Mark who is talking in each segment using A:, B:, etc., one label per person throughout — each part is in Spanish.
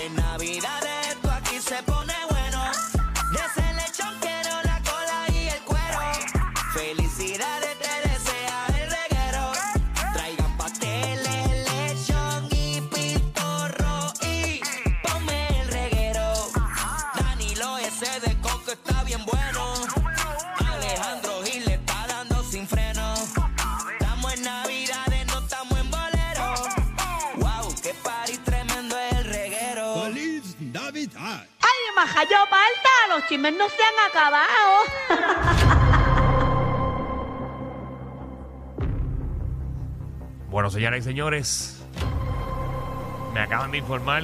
A: En Navidad esto aquí se pone bueno. De el lechón quiero la cola y el cuero. Felicidades te desea el reguero. Traigan pasteles, lechón y pintorro. Y ponme el reguero. Danilo ese de coco está bien bueno. Alejandro Gil le está dando sin freno. Estamos en Navidades, no estamos en bolero. Wow, qué party tremendo es el reguero.
B: Feliz Navidad.
C: ¡Ay, majayo Malta! ¡Los chismes no se han acabado!
D: Bueno, señoras y señores, me acaban de informar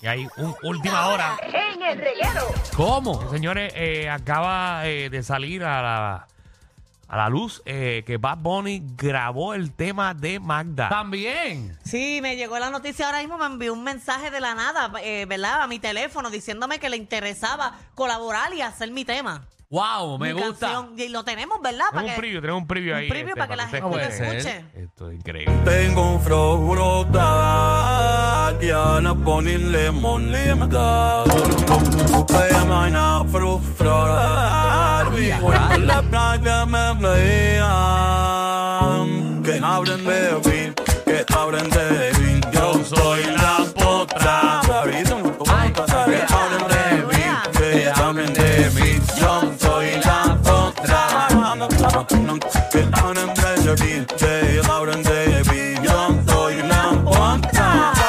D: que hay un última hora.
C: ¡En el reguero!
D: ¿Cómo? Señores, eh, acaba eh, de salir a la, a la luz eh, que Bad Bunny grabó el tema de Magda.
E: También.
F: Sí, me llegó la noticia ahora mismo, me envió un mensaje de la nada, eh, ¿verdad? A mi teléfono diciéndome que le interesaba colaborar y hacer mi tema.
E: Wow, me
F: mi
E: gusta.
F: canción. Y lo tenemos, ¿verdad? Para
D: Tenemos un
F: que-
D: preview, tenemos un preview
F: un
D: ahí. este,
F: preview para que la
D: usted
F: gente lo
E: puede ser.
F: escuche.
D: Esto es increíble.
G: Tengo un flow brutal Diana pone limón limitado Ustedes me van a frustrar Vivo en la playa me veían Que hablen de mí Que hablen de mí Yo soy la potra Clarísimo, tú cantas, Que hablen de mí Que hablen de mí Yo soy la potra Que hablen de mí Que hablen de mí Yo soy la potra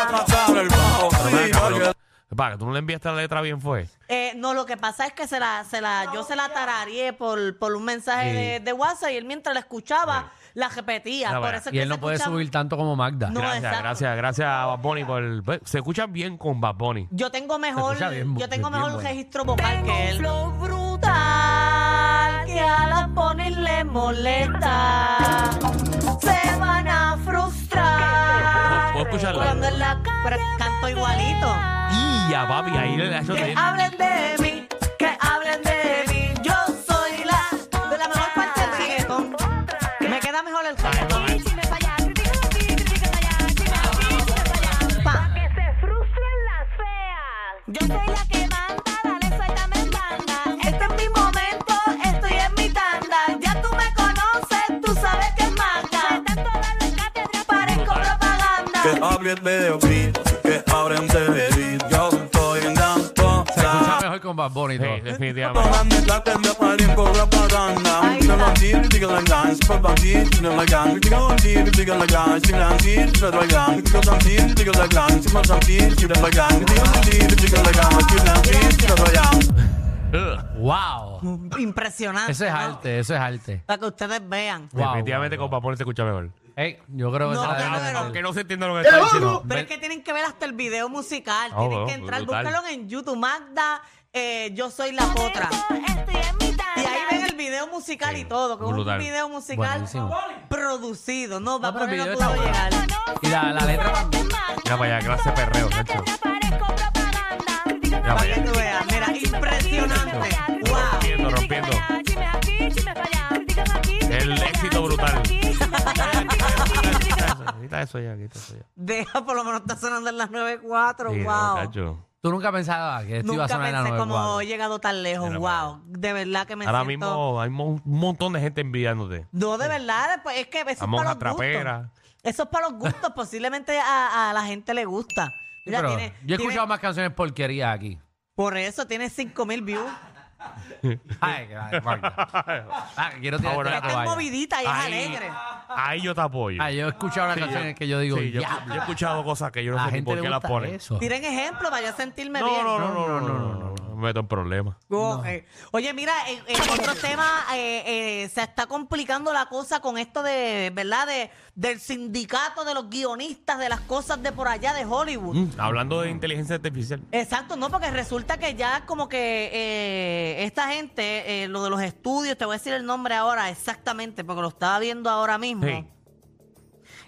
G: Abra el bajo, sí, porque-
D: Para, tú no le enviaste la letra bien, fue.
F: Eh, no, lo que pasa es que se la, se la, yo se la tarareé por, por un mensaje
E: Sí.
F: de, de WhatsApp y él mientras la escuchaba, la repetía.
D: No,
F: por
D: vea.
F: eso es
E: Y
F: que
E: él
F: se
E: no puede
F: escucha-
E: subir tanto como Magda.
F: No,
D: gracias,
F: exacto.
D: gracias, gracias a Bad Bunny por el- pues, Se escuchan bien con Bad Bunny.
F: Yo tengo mejor,
E: escucha bien,
F: yo tengo
E: bien
F: mejor
E: buena.
F: registro vocal que él. brutal que a las ponis le molesta. Se van a frustrar.
D: ¿Puedo escucharla?
F: Cuando en la calle Pero canto igualito.
D: Y a papi, ahí le ha hecho
F: Que hablen de mí, que hablen de mí. Yo soy la de la mejor parte del reggaetón. Me queda mejor el reggaetón. Pa.
H: Yo soy la que manda, dale suéltame en banda.
F: Este es mi momento, estoy en mi tanda. Ya tú me conoces, tú sabes que es manga.
H: Están todas las cátedras
F: Parezco propaganda.
G: Que hablen de mí, que hablen de mí. Yo estoy en la
E: Se escucha
G: potra.
E: mejor con Bad Bunny y todo.
D: Sí, definitivamente.
G: Pongan mi plata en la pared con la paranda.
F: Ahí
G: No la
F: está.
G: tiro, digan la gana. Si por bandir, digan la gana. Si no la tiro, digan la gana. Si la tiro, digan la gana. Si no la tiro, digan la gana. Si no la tiro, digan la gana. Si no la tiro, digan la gana. Si la tiro, digan la gana.
D: Ugh.
E: Wow.
F: Impresionante.
E: Eso es
F: ¿no?
E: arte, eso es arte.
F: Para que ustedes vean.
E: Wow,
D: Definitivamente
E: wow,
D: con Bad Bunny se escucha mejor.
E: Ey, yo creo que
F: No,
E: esa la
F: pero-
E: deben de
F: pero-
D: Aunque
E: meter.
D: no se entienda lo que está diciendo.
F: Pero es que tienen que ver hasta el video musical.
D: Ah,
E: Oh,
F: tienen
D: bueno,
F: que entrar,
D: brutal.
F: búscalo en YouTube. Magda, eh, yo soy la potra.
H: Estoy en mi
F: Y ahí ven
H: tanda.
F: el video musical
D: Sí,
F: y todo. Que es un
D: brutal.
F: video musical
E: Buenísimo.
F: producido. No, va
E: No, pero el
F: a
E: video
F: no
E: está
F: pudo
E: bueno.
F: llegar.
E: Y la- la letra también.
D: Mira para allá, clase perreo, Nacho.
H: Parezco propaganda. Critícame
D: Mira para
F: Para que
D: allá.
F: tú veas. Mira, impresionante. Wow.
D: Rompiendo,
H: Critícame
D: rompiendo.
H: allá, chime aquí, chime para allá. Critícame aquí, chime
D: El
H: para allá,
D: éxito
H: chime
D: brutal.
H: aquí, chime para allá, chime aquí, chime para allá.
D: Quita eso ya, quita eso ya.
F: Deja, por lo menos está sonando en las 9.4.
D: Sí, no,
F: wow.
D: Nacho.
E: Tú nunca pensabas que esto iba
F: Nunca
E: a sonar en la
F: pensé como
E: 94.
F: he llegado tan lejos.
D: Mira para
F: wow. De verdad que me
D: Ahora
F: siento...
D: mismo hay mo- un montón de gente enviándote.
F: No, de verdad, pues, es que eso es
D: La
F: para
D: monja
F: los
D: trapera.
F: gustos. Eso es para los gustos, posiblemente a, a la gente le gusta.
E: Sí,
F: Mira,
E: pero
F: tiene-
E: yo he
F: tiene-
E: escuchado más canciones porquerías aquí.
F: Por eso tiene 5000 views.
E: Ay, que la de Magda. Ah, que quiero
D: Ah,
E: tirar
D: bueno,
E: la
D: está
F: Está
E: toalla.
F: movidita y es
D: Ahí-
F: alegre.
D: Ahí yo te apoyo.
E: Ah, yo he escuchado las
D: Sí,
E: canciones que yo digo,
D: sí, yo,
E: "Diablo,
D: yo he escuchado cosas que yo no
E: la
D: sé ni
E: gente
D: por
E: le
D: qué las
E: gusta
D: ponen.
E: eso.
F: Tiren ejemplo para yo sentirme
D: No,
F: bien.
D: no, no, no, no, no, no, no, me meto en problemas.
F: Ok. Oye, mira, en, en otro tema eh, eh, se está complicando la cosa con esto de, ¿verdad? De, del sindicato de los guionistas de las cosas de por allá de Hollywood.
D: Mm, hablando de inteligencia artificial.
F: Exacto, no, porque resulta que ya como que eh, esta gente, eh, lo de los estudios, te voy a decir el nombre ahora exactamente, porque lo estaba viendo ahora mismo.
D: Sí.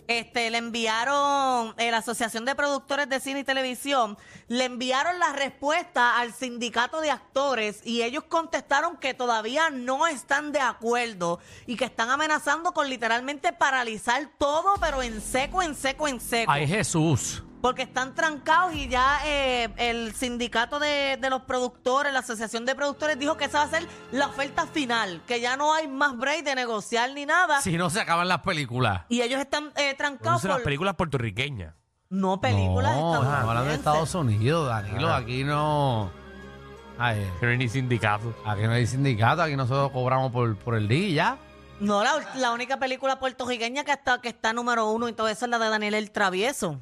F: Este, le enviaron, eh, la Asociación de Productores de Cine y Televisión, le enviaron la respuesta al sindicato de actores y ellos contestaron que todavía no están de acuerdo y que están amenazando con literalmente paralizar todo, pero en seco, en seco, en seco.
E: Ay, Jesús.
F: Porque están trancados y ya eh, el sindicato de, de los productores, la asociación de productores, dijo que esa va a ser la oferta final, que ya no hay más break de negociar ni nada.
E: Si no se acaban las películas.
F: Y ellos están eh, trancados
D: Entonces, las
F: por...
D: películas puertorriqueñas.
F: No, películas
E: no, estamos hablando de
F: estadounidenses.
E: Estados Unidos, Danilo.
D: Ah.
E: Aquí no. Ay,
D: Que no hay ni sindicato.
E: aquí no hay sindicato, aquí nosotros cobramos por, por el día y ya.
F: No, la, la única película puertorriqueña que está, que está número uno y todo eso es la de Daniel el Travieso.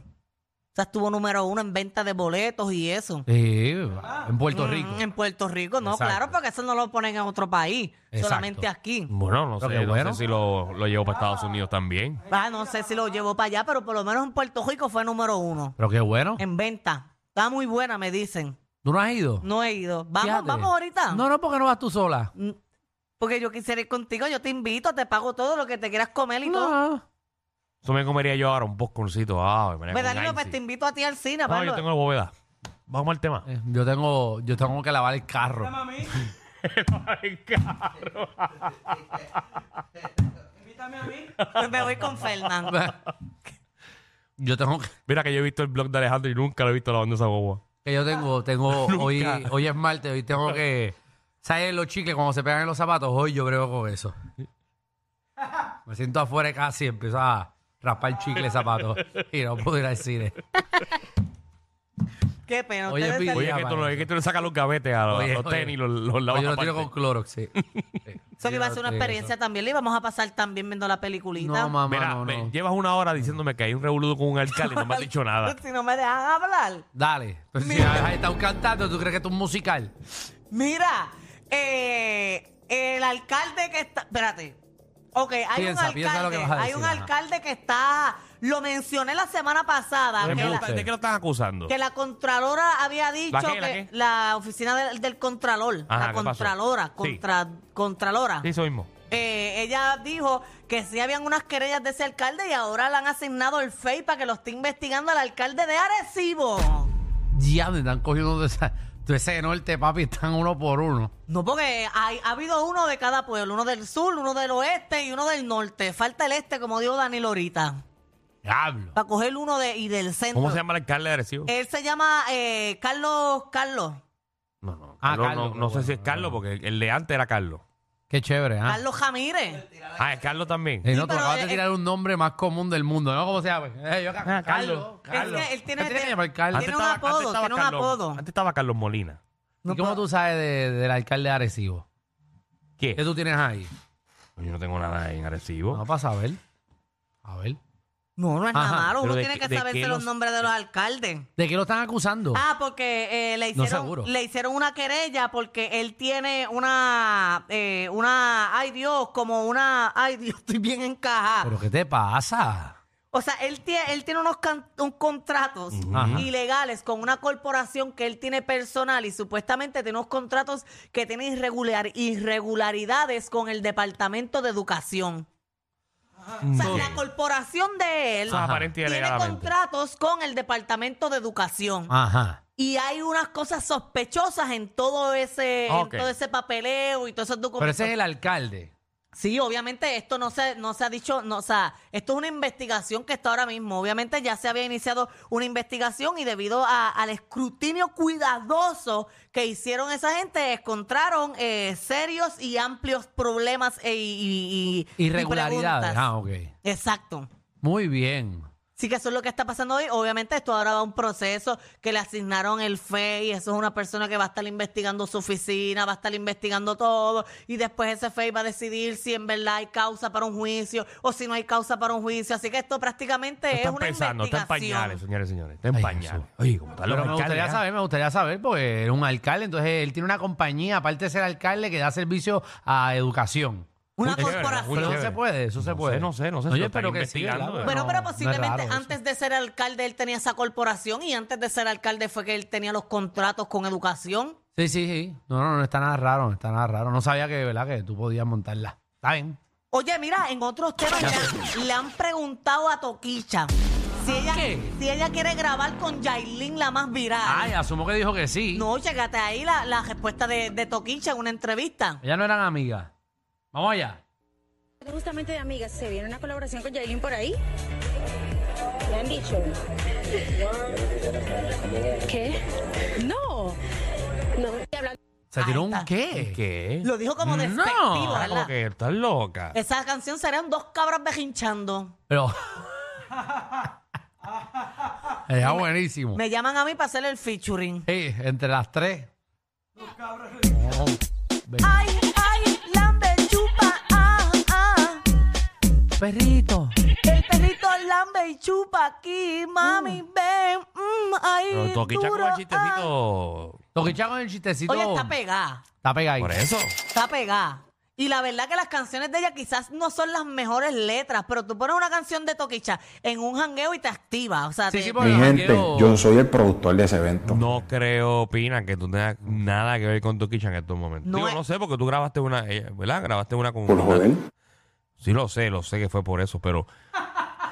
F: O sea, estuvo número uno en venta de boletos y eso.
E: Sí, en Puerto Rico.
F: Mm, En Puerto Rico, no,
E: Exacto.
F: claro, porque eso no lo ponen en otro país,
E: Exacto.
F: solamente aquí.
D: Bueno, no
E: Pero
D: sé,
E: qué
D: no
E: bueno.
D: sé si lo, lo llevo para Estados Unidos también.
F: Ah, no sé si lo llevo para allá, pero por lo menos en Puerto Rico fue número uno
E: Pero qué bueno.
F: en venta. Está muy buena, me dicen.
E: ¿Tú no has ido?
F: No he ido. Vamos,
E: Fíjate.
F: vamos ahorita. Mm,
E: No, no, porque no vas tú sola.
F: Porque yo quisiera ir contigo, yo te invito, te pago todo lo que te quieras comer y todo.
D: Eso me comería yo ahora un posconcito. Ah, me
F: Me Danilo, pues te invito a ti al cine,
D: No,
F: Pablo.
D: yo tengo la bóveda. Vamos al tema.
E: Eh, Yo tengo, yo tengo que lavar el carro.
F: Me voy con Fernando.
E: Yo tengo que,
D: Mira que yo he visto el blog de Alejandro y nunca lo he visto lavando esa boba.
E: que yo tengo, tengo, hoy, hoy es martes, hoy tengo que. ¿Sabes los chicles cuando se pegan en los zapatos? Hoy yo brego con eso. Me siento afuera casi y empiezo a raspar chicle zapatos. Y no puedo ir al cine.
F: Qué pena.
E: Oye,
F: ustedes
E: Pi-
F: se-
D: Oye,
E: Ya,
D: que tú,
E: mano.
D: no- es que tú le sacas los gavetes a los,
E: Oye,
D: los
E: oye.
D: tenis, los, los
E: Hoy
D: lavas
E: Pues yo lo tiro con
D: aparte.
E: Clorox, sí. Sí.
F: Eso que iba a
E: Yo
F: ser una
E: lo tiro
F: experiencia también. Le íbamos a pasar también viendo la
E: eso.
F: peliculita.
E: No, mamá,
D: Mira,
E: no,
D: me-
E: no.
D: llevas una hora diciéndome que hay un revoludo con un alcalde y no me has dicho nada.
F: si no me dejan hablar.
E: Dale. Pero si
F: Mira.
E: has estado cantando, ¿tú crees que esto es un musical?
F: Mira, eh, el alcalde que está. Espérate. Ok, hay un
E: Piensa,
F: alcalde.
E: piensa lo que vas a
F: hay
E: decir,
F: un
E: ajá.
F: alcalde que está. Lo mencioné la semana pasada.
D: ¿De
F: que
D: qué lo
F: la-
D: estás- de qué lo estás acusando?
F: Que la Contralora había dicho
D: ¿La qué, la
F: que
D: qué?
F: la oficina del, del Contralor,
D: Ajá,
F: la
D: ¿qué pasó?
F: Contralora,
D: Sí.
F: contra, Contralora,
D: Sí, eso mismo.
F: eh, ella dijo que sí habían unas querellas de ese alcalde y ahora le han asignado el FEI para que lo esté investigando al alcalde de Arecibo.
E: Ya me están cogiendo de esa- de ese norte, papi, están uno por uno.
F: No, porque hay- ha habido uno de cada pueblo, uno del sur, uno del oeste y uno del norte. Falta el este, como dijo Daniel ahorita,
E: Diablo.
F: para coger uno de, y del centro.
D: ¿Cómo se llama el alcalde de Arecibo?
F: Él se llama eh, Carlos Carlos,
D: No, no.
E: Ah,
D: no, no,
E: Carlos,
D: no
E: no,
D: sé si es
E: bueno,
D: Carlos,
E: no.
D: porque el- el de antes era Carlos.
E: Qué chévere, ¿ah?
F: Carlos Jamírez.
D: Ah, es Carlos también.
E: Eh, no,
F: Sí,
E: tú
F: pero,
E: acabas de
F: eh,
E: tirar un nombre más común del mundo, ¿no? ¿Cómo se llama? Eh, yo,
D: Ah, Carlos.
F: Es que él tiene-
E: Te tiene que llamar Carlos.
F: tiene un apodo, tiene un
D: Carlos,
F: apodo.
D: Antes estaba Carlos Molina.
E: ¿Y cómo tú sabes de- del alcalde de Arecibo?
D: ¿Qué?
E: ¿Qué tú tienes ahí?
D: Yo no tengo nada en Arecibo.
E: No, para saber. A ver.
F: No, no es nada
E: Ajá,
F: malo.
D: pero
F: Uno
D: de
F: tiene
D: qué-
F: que
D: de
F: saberse
D: qué
F: los
D: los-
F: nombres de los alcaldes.
E: ¿De qué lo están acusando?
F: Ah, porque eh, le,
E: No,
F: hicieron,
E: seguro.
F: le hicieron una querella porque él tiene una, eh, una, ay Dios, como una, ay Dios, estoy bien encajada.
E: ¿Pero qué te pasa?
F: O sea, él tiene, él tiene unos can- un contratos
E: Ajá.
F: ilegales con una corporación que él tiene personal y supuestamente tiene unos contratos que tienen irregular, irregularidades con el Departamento de Educación. O sea, la corporación de él
D: Eso es aparente y
F: tiene
D: alegadamente.
F: contratos con el Departamento de Educación.
E: Ajá.
F: Y hay unas cosas sospechosas en todo ese, en
D: Ok.
F: todo ese papeleo y todos esos
E: Pero
F: documentos.
E: ese es el alcalde.
F: Sí, obviamente esto no se, no se ha dicho, no, o sea, esto es una investigación que está ahora mismo. Obviamente ya se había iniciado una investigación y debido a- al escrutinio cuidadoso que hicieron esa gente, encontraron eh, serios y amplios problemas e- y, y- y- y
E: Irregularidades.
F: preguntas.
E: Ah, ok.
F: Exacto.
E: Muy bien.
F: Sí, que eso es lo que está pasando hoy. Obviamente esto ahora va a un proceso que le asignaron el FEI. Eso es una persona que va a estar investigando su oficina, va a estar investigando todo. Y después ese FEI va a decidir si en verdad hay causa para un juicio o si no hay causa para un juicio. Así que esto prácticamente
D: No
F: es
D: están
F: una
D: pensando, están en
F: investigación.
D: pañales, señores y señores. Están en
E: Ay,
D: pañales.
E: Jesús.
D: Oye, como están los
E: Pero me
D: alcaldes,
E: gustaría
D: ¿ah?
E: saber, me gustaría saber, porque era un alcalde, entonces él tiene una compañía, aparte de ser alcalde, que da servicio a educación.
F: Una
D: Muy chévere,
F: corporación.
D: muy
E: Pero no
D: chévere.
E: se puede, eso se
D: No
E: puede.
D: sé, no sé, no sé,
E: Oye,
D: lo están
E: pero que sí,
D: investigando,
E: ¿verdad?
D: pero
F: Bueno,
E: No,
F: pero
E: no es
F: posiblemente
E: raro eso.
F: antes de ser alcalde él tenía esa corporación y antes de ser alcalde fue que él tenía los contratos con educación.
E: Sí, sí, sí. No, no, no está nada raro, no está nada raro. No sabía que, ¿verdad? Que tú podías montarla. ¿Está bien?
F: Oye, mira, en otros temas le han, le han preguntado a Toquicha si ella,
E: ¿Qué?
F: si ella quiere grabar con Yailin, la más viral.
E: Ay, asumo que dijo que sí.
F: no, llegate ahí la, la respuesta de, de Toquicha en una entrevista.
E: Ellas no eran amigas. Vamos allá.
I: Justamente de amigas, ¿se viene una colaboración con Jailin por ahí? ¿Le han dicho? ¿Qué? No. No. Y hablando
E: ¿Se tiró un
F: está.
E: qué?
D: ¿Qué?
F: Lo dijo como despectivo,
E: No,
D: Ahora
F: ¿verdad?
D: como que estás loca.
F: Esa canción serían dos cabras bejinchando.
E: Pero. Era buenísimo.
F: Me llaman a mí para hacer el featuring.
E: Sí, entre las tres. Oh, ven.
F: Ay, ay, lambe chupa, ah, ah.
E: Perrito.
F: El perrito lambe y chupa aquí, mami, ven, mm, ay,
D: Pero toquicha con
F: duro,
D: el
F: ah.
D: chistecito.
E: Toquicha con el chistecito.
F: Oye, está pegada.
E: Está pegadito.
D: Por eso.
F: Está pegada. Y la verdad que las canciones de ella quizás no son las mejores letras, pero tú pones una canción de Toquicha en un jangueo y te activa. O sea,
E: Sí, pues,
F: te-
E: sí,
J: Mi
E: Bueno,
J: gente,
E: quiero-
J: yo soy el productor de ese evento.
D: No creo, Pina, que tú tengas nada que ver con Toquicha en estos momentos.
F: No
D: Digo,
F: es-
D: no sé, porque tú grabaste una, eh, ¿verdad? Grabaste una con...
J: Por joder.
D: Sí, lo sé, lo sé que fue por eso, pero...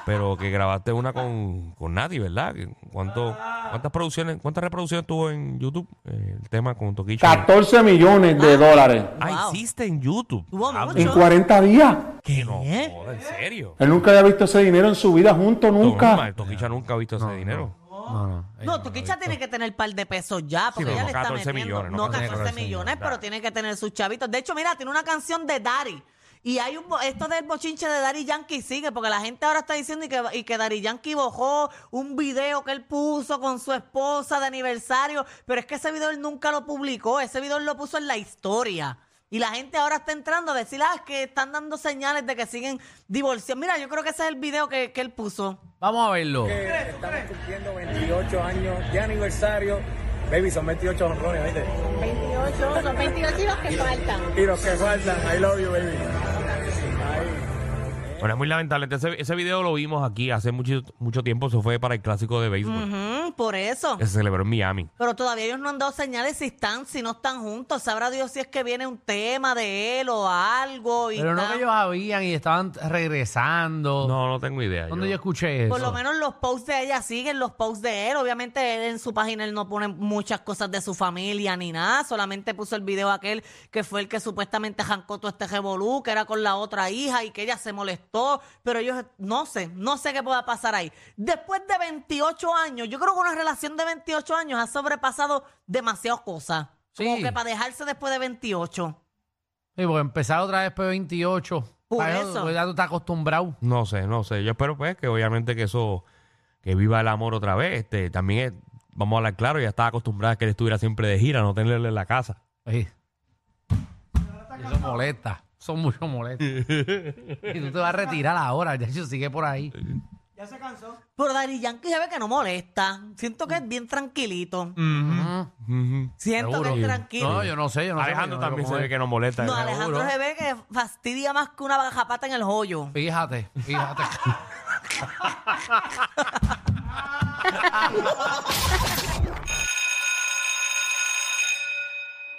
D: Pero que grabaste una con, con Nati, ¿verdad? Que ¿Cuánto, ¿Cuántas producciones, cuántas reproducciones tuvo en YouTube eh, el tema con Toquicha?
J: 14 millones de dólares
D: Ah,
F: Wow.
D: hiciste en YouTube.
F: Tuvo
D: Ah,
J: en
F: mucho.
J: 40 días.
D: que no,
F: ¿Eh?
D: joder, en serio.
J: Él nunca había visto ese dinero en su vida junto,
D: Toma,
E: Oh
J: nunca.
D: el Toquicha nunca ha visto ese dinero.
E: No, no. ella
F: No,
E: la
F: Toquicha
E: vi.
F: tiene que tener un par de pesos ya, porque
D: pero
F: ella
D: no
F: le está
D: 14
F: metiendo.
D: millones, no
F: no 14,
D: 14
F: millones,
D: millones,
F: pero
D: claro.
F: tiene que tener sus chavitos. De hecho, mira, tiene una canción de Dari. Y hay un bo- esto del bochinche de Dari Yankee sigue, porque la gente ahora está diciendo y que, y que Dari Yankee bojó un video que él puso con su esposa de aniversario, pero es que ese video él nunca lo publicó, ese video él lo puso en la historia. Y la gente ahora está entrando a decir, ah, es que están dando señales de que siguen divorciando. Mira, yo creo que ese es el video que, que él puso.
E: Vamos a verlo.
K: Estamos cumpliendo 28 años de aniversario. Baby, son 28 honrones, ¿viste?
I: 28, son 28 los que faltan.
K: Y los que faltan, I love you, baby.
D: Bueno, es muy lamentable. Ese, ese video lo vimos aquí hace mucho, mucho tiempo. Se fue para el clásico de béisbol
F: Ujú, por eso.
D: que se celebró en Miami.
F: Pero todavía ellos no han dado señales si están, si no están juntos. Sabrá Dios si es que viene un tema de él o algo. Y
E: Pero no
F: tal.
E: que ellos habían y estaban regresando.
D: No, no tengo idea.
E: ¿Dónde
D: yo-
E: yo escuché eso?
F: Por lo menos los posts de ella siguen los posts de él. Obviamente él en su página él no pone muchas cosas de su familia ni nada. Solamente puso el video aquel que fue el que supuestamente jancó todo este revolú, que era con la otra hija y que ella se molestó. Pero yo no sé, no sé qué pueda pasar ahí. Después de 28 años, yo creo que una relación de 28 años ha sobrepasado demasiadas cosas.
E: Sí.
F: Como que para dejarse después de 28.
E: Sí, porque empezar otra vez P28.
F: Por
E: Ay,
F: eso.
E: porque Ya tú estás acostumbrado.
D: No sé, no sé. Yo espero pues que obviamente que eso, que viva el amor otra vez. Este, también es- vamos a hablar claro, ya estaba acostumbrada a que él estuviera siempre de gira, no tenerle en la casa.
E: Sí. Eso molesta. Son mucho molestos. y tú te vas a retirar ahora. Ya yo sigue por ahí.
F: Pero Daddy Yankee se ve que no molesta. Siento que es bien tranquilito.
E: Ujú.
F: Siento
E: Mm. Seguro.
F: que es tranquilo.
E: No, yo no sé. Yo no sé,
D: Alejandro
E: yo no sé
D: también se
E: cómo
D: ve
E: es.
D: que no molesta.
F: No, Alejandro
E: seguro.
F: se ve que fastidia más que una bajapata en el hoyo.
E: Fíjate, fíjate.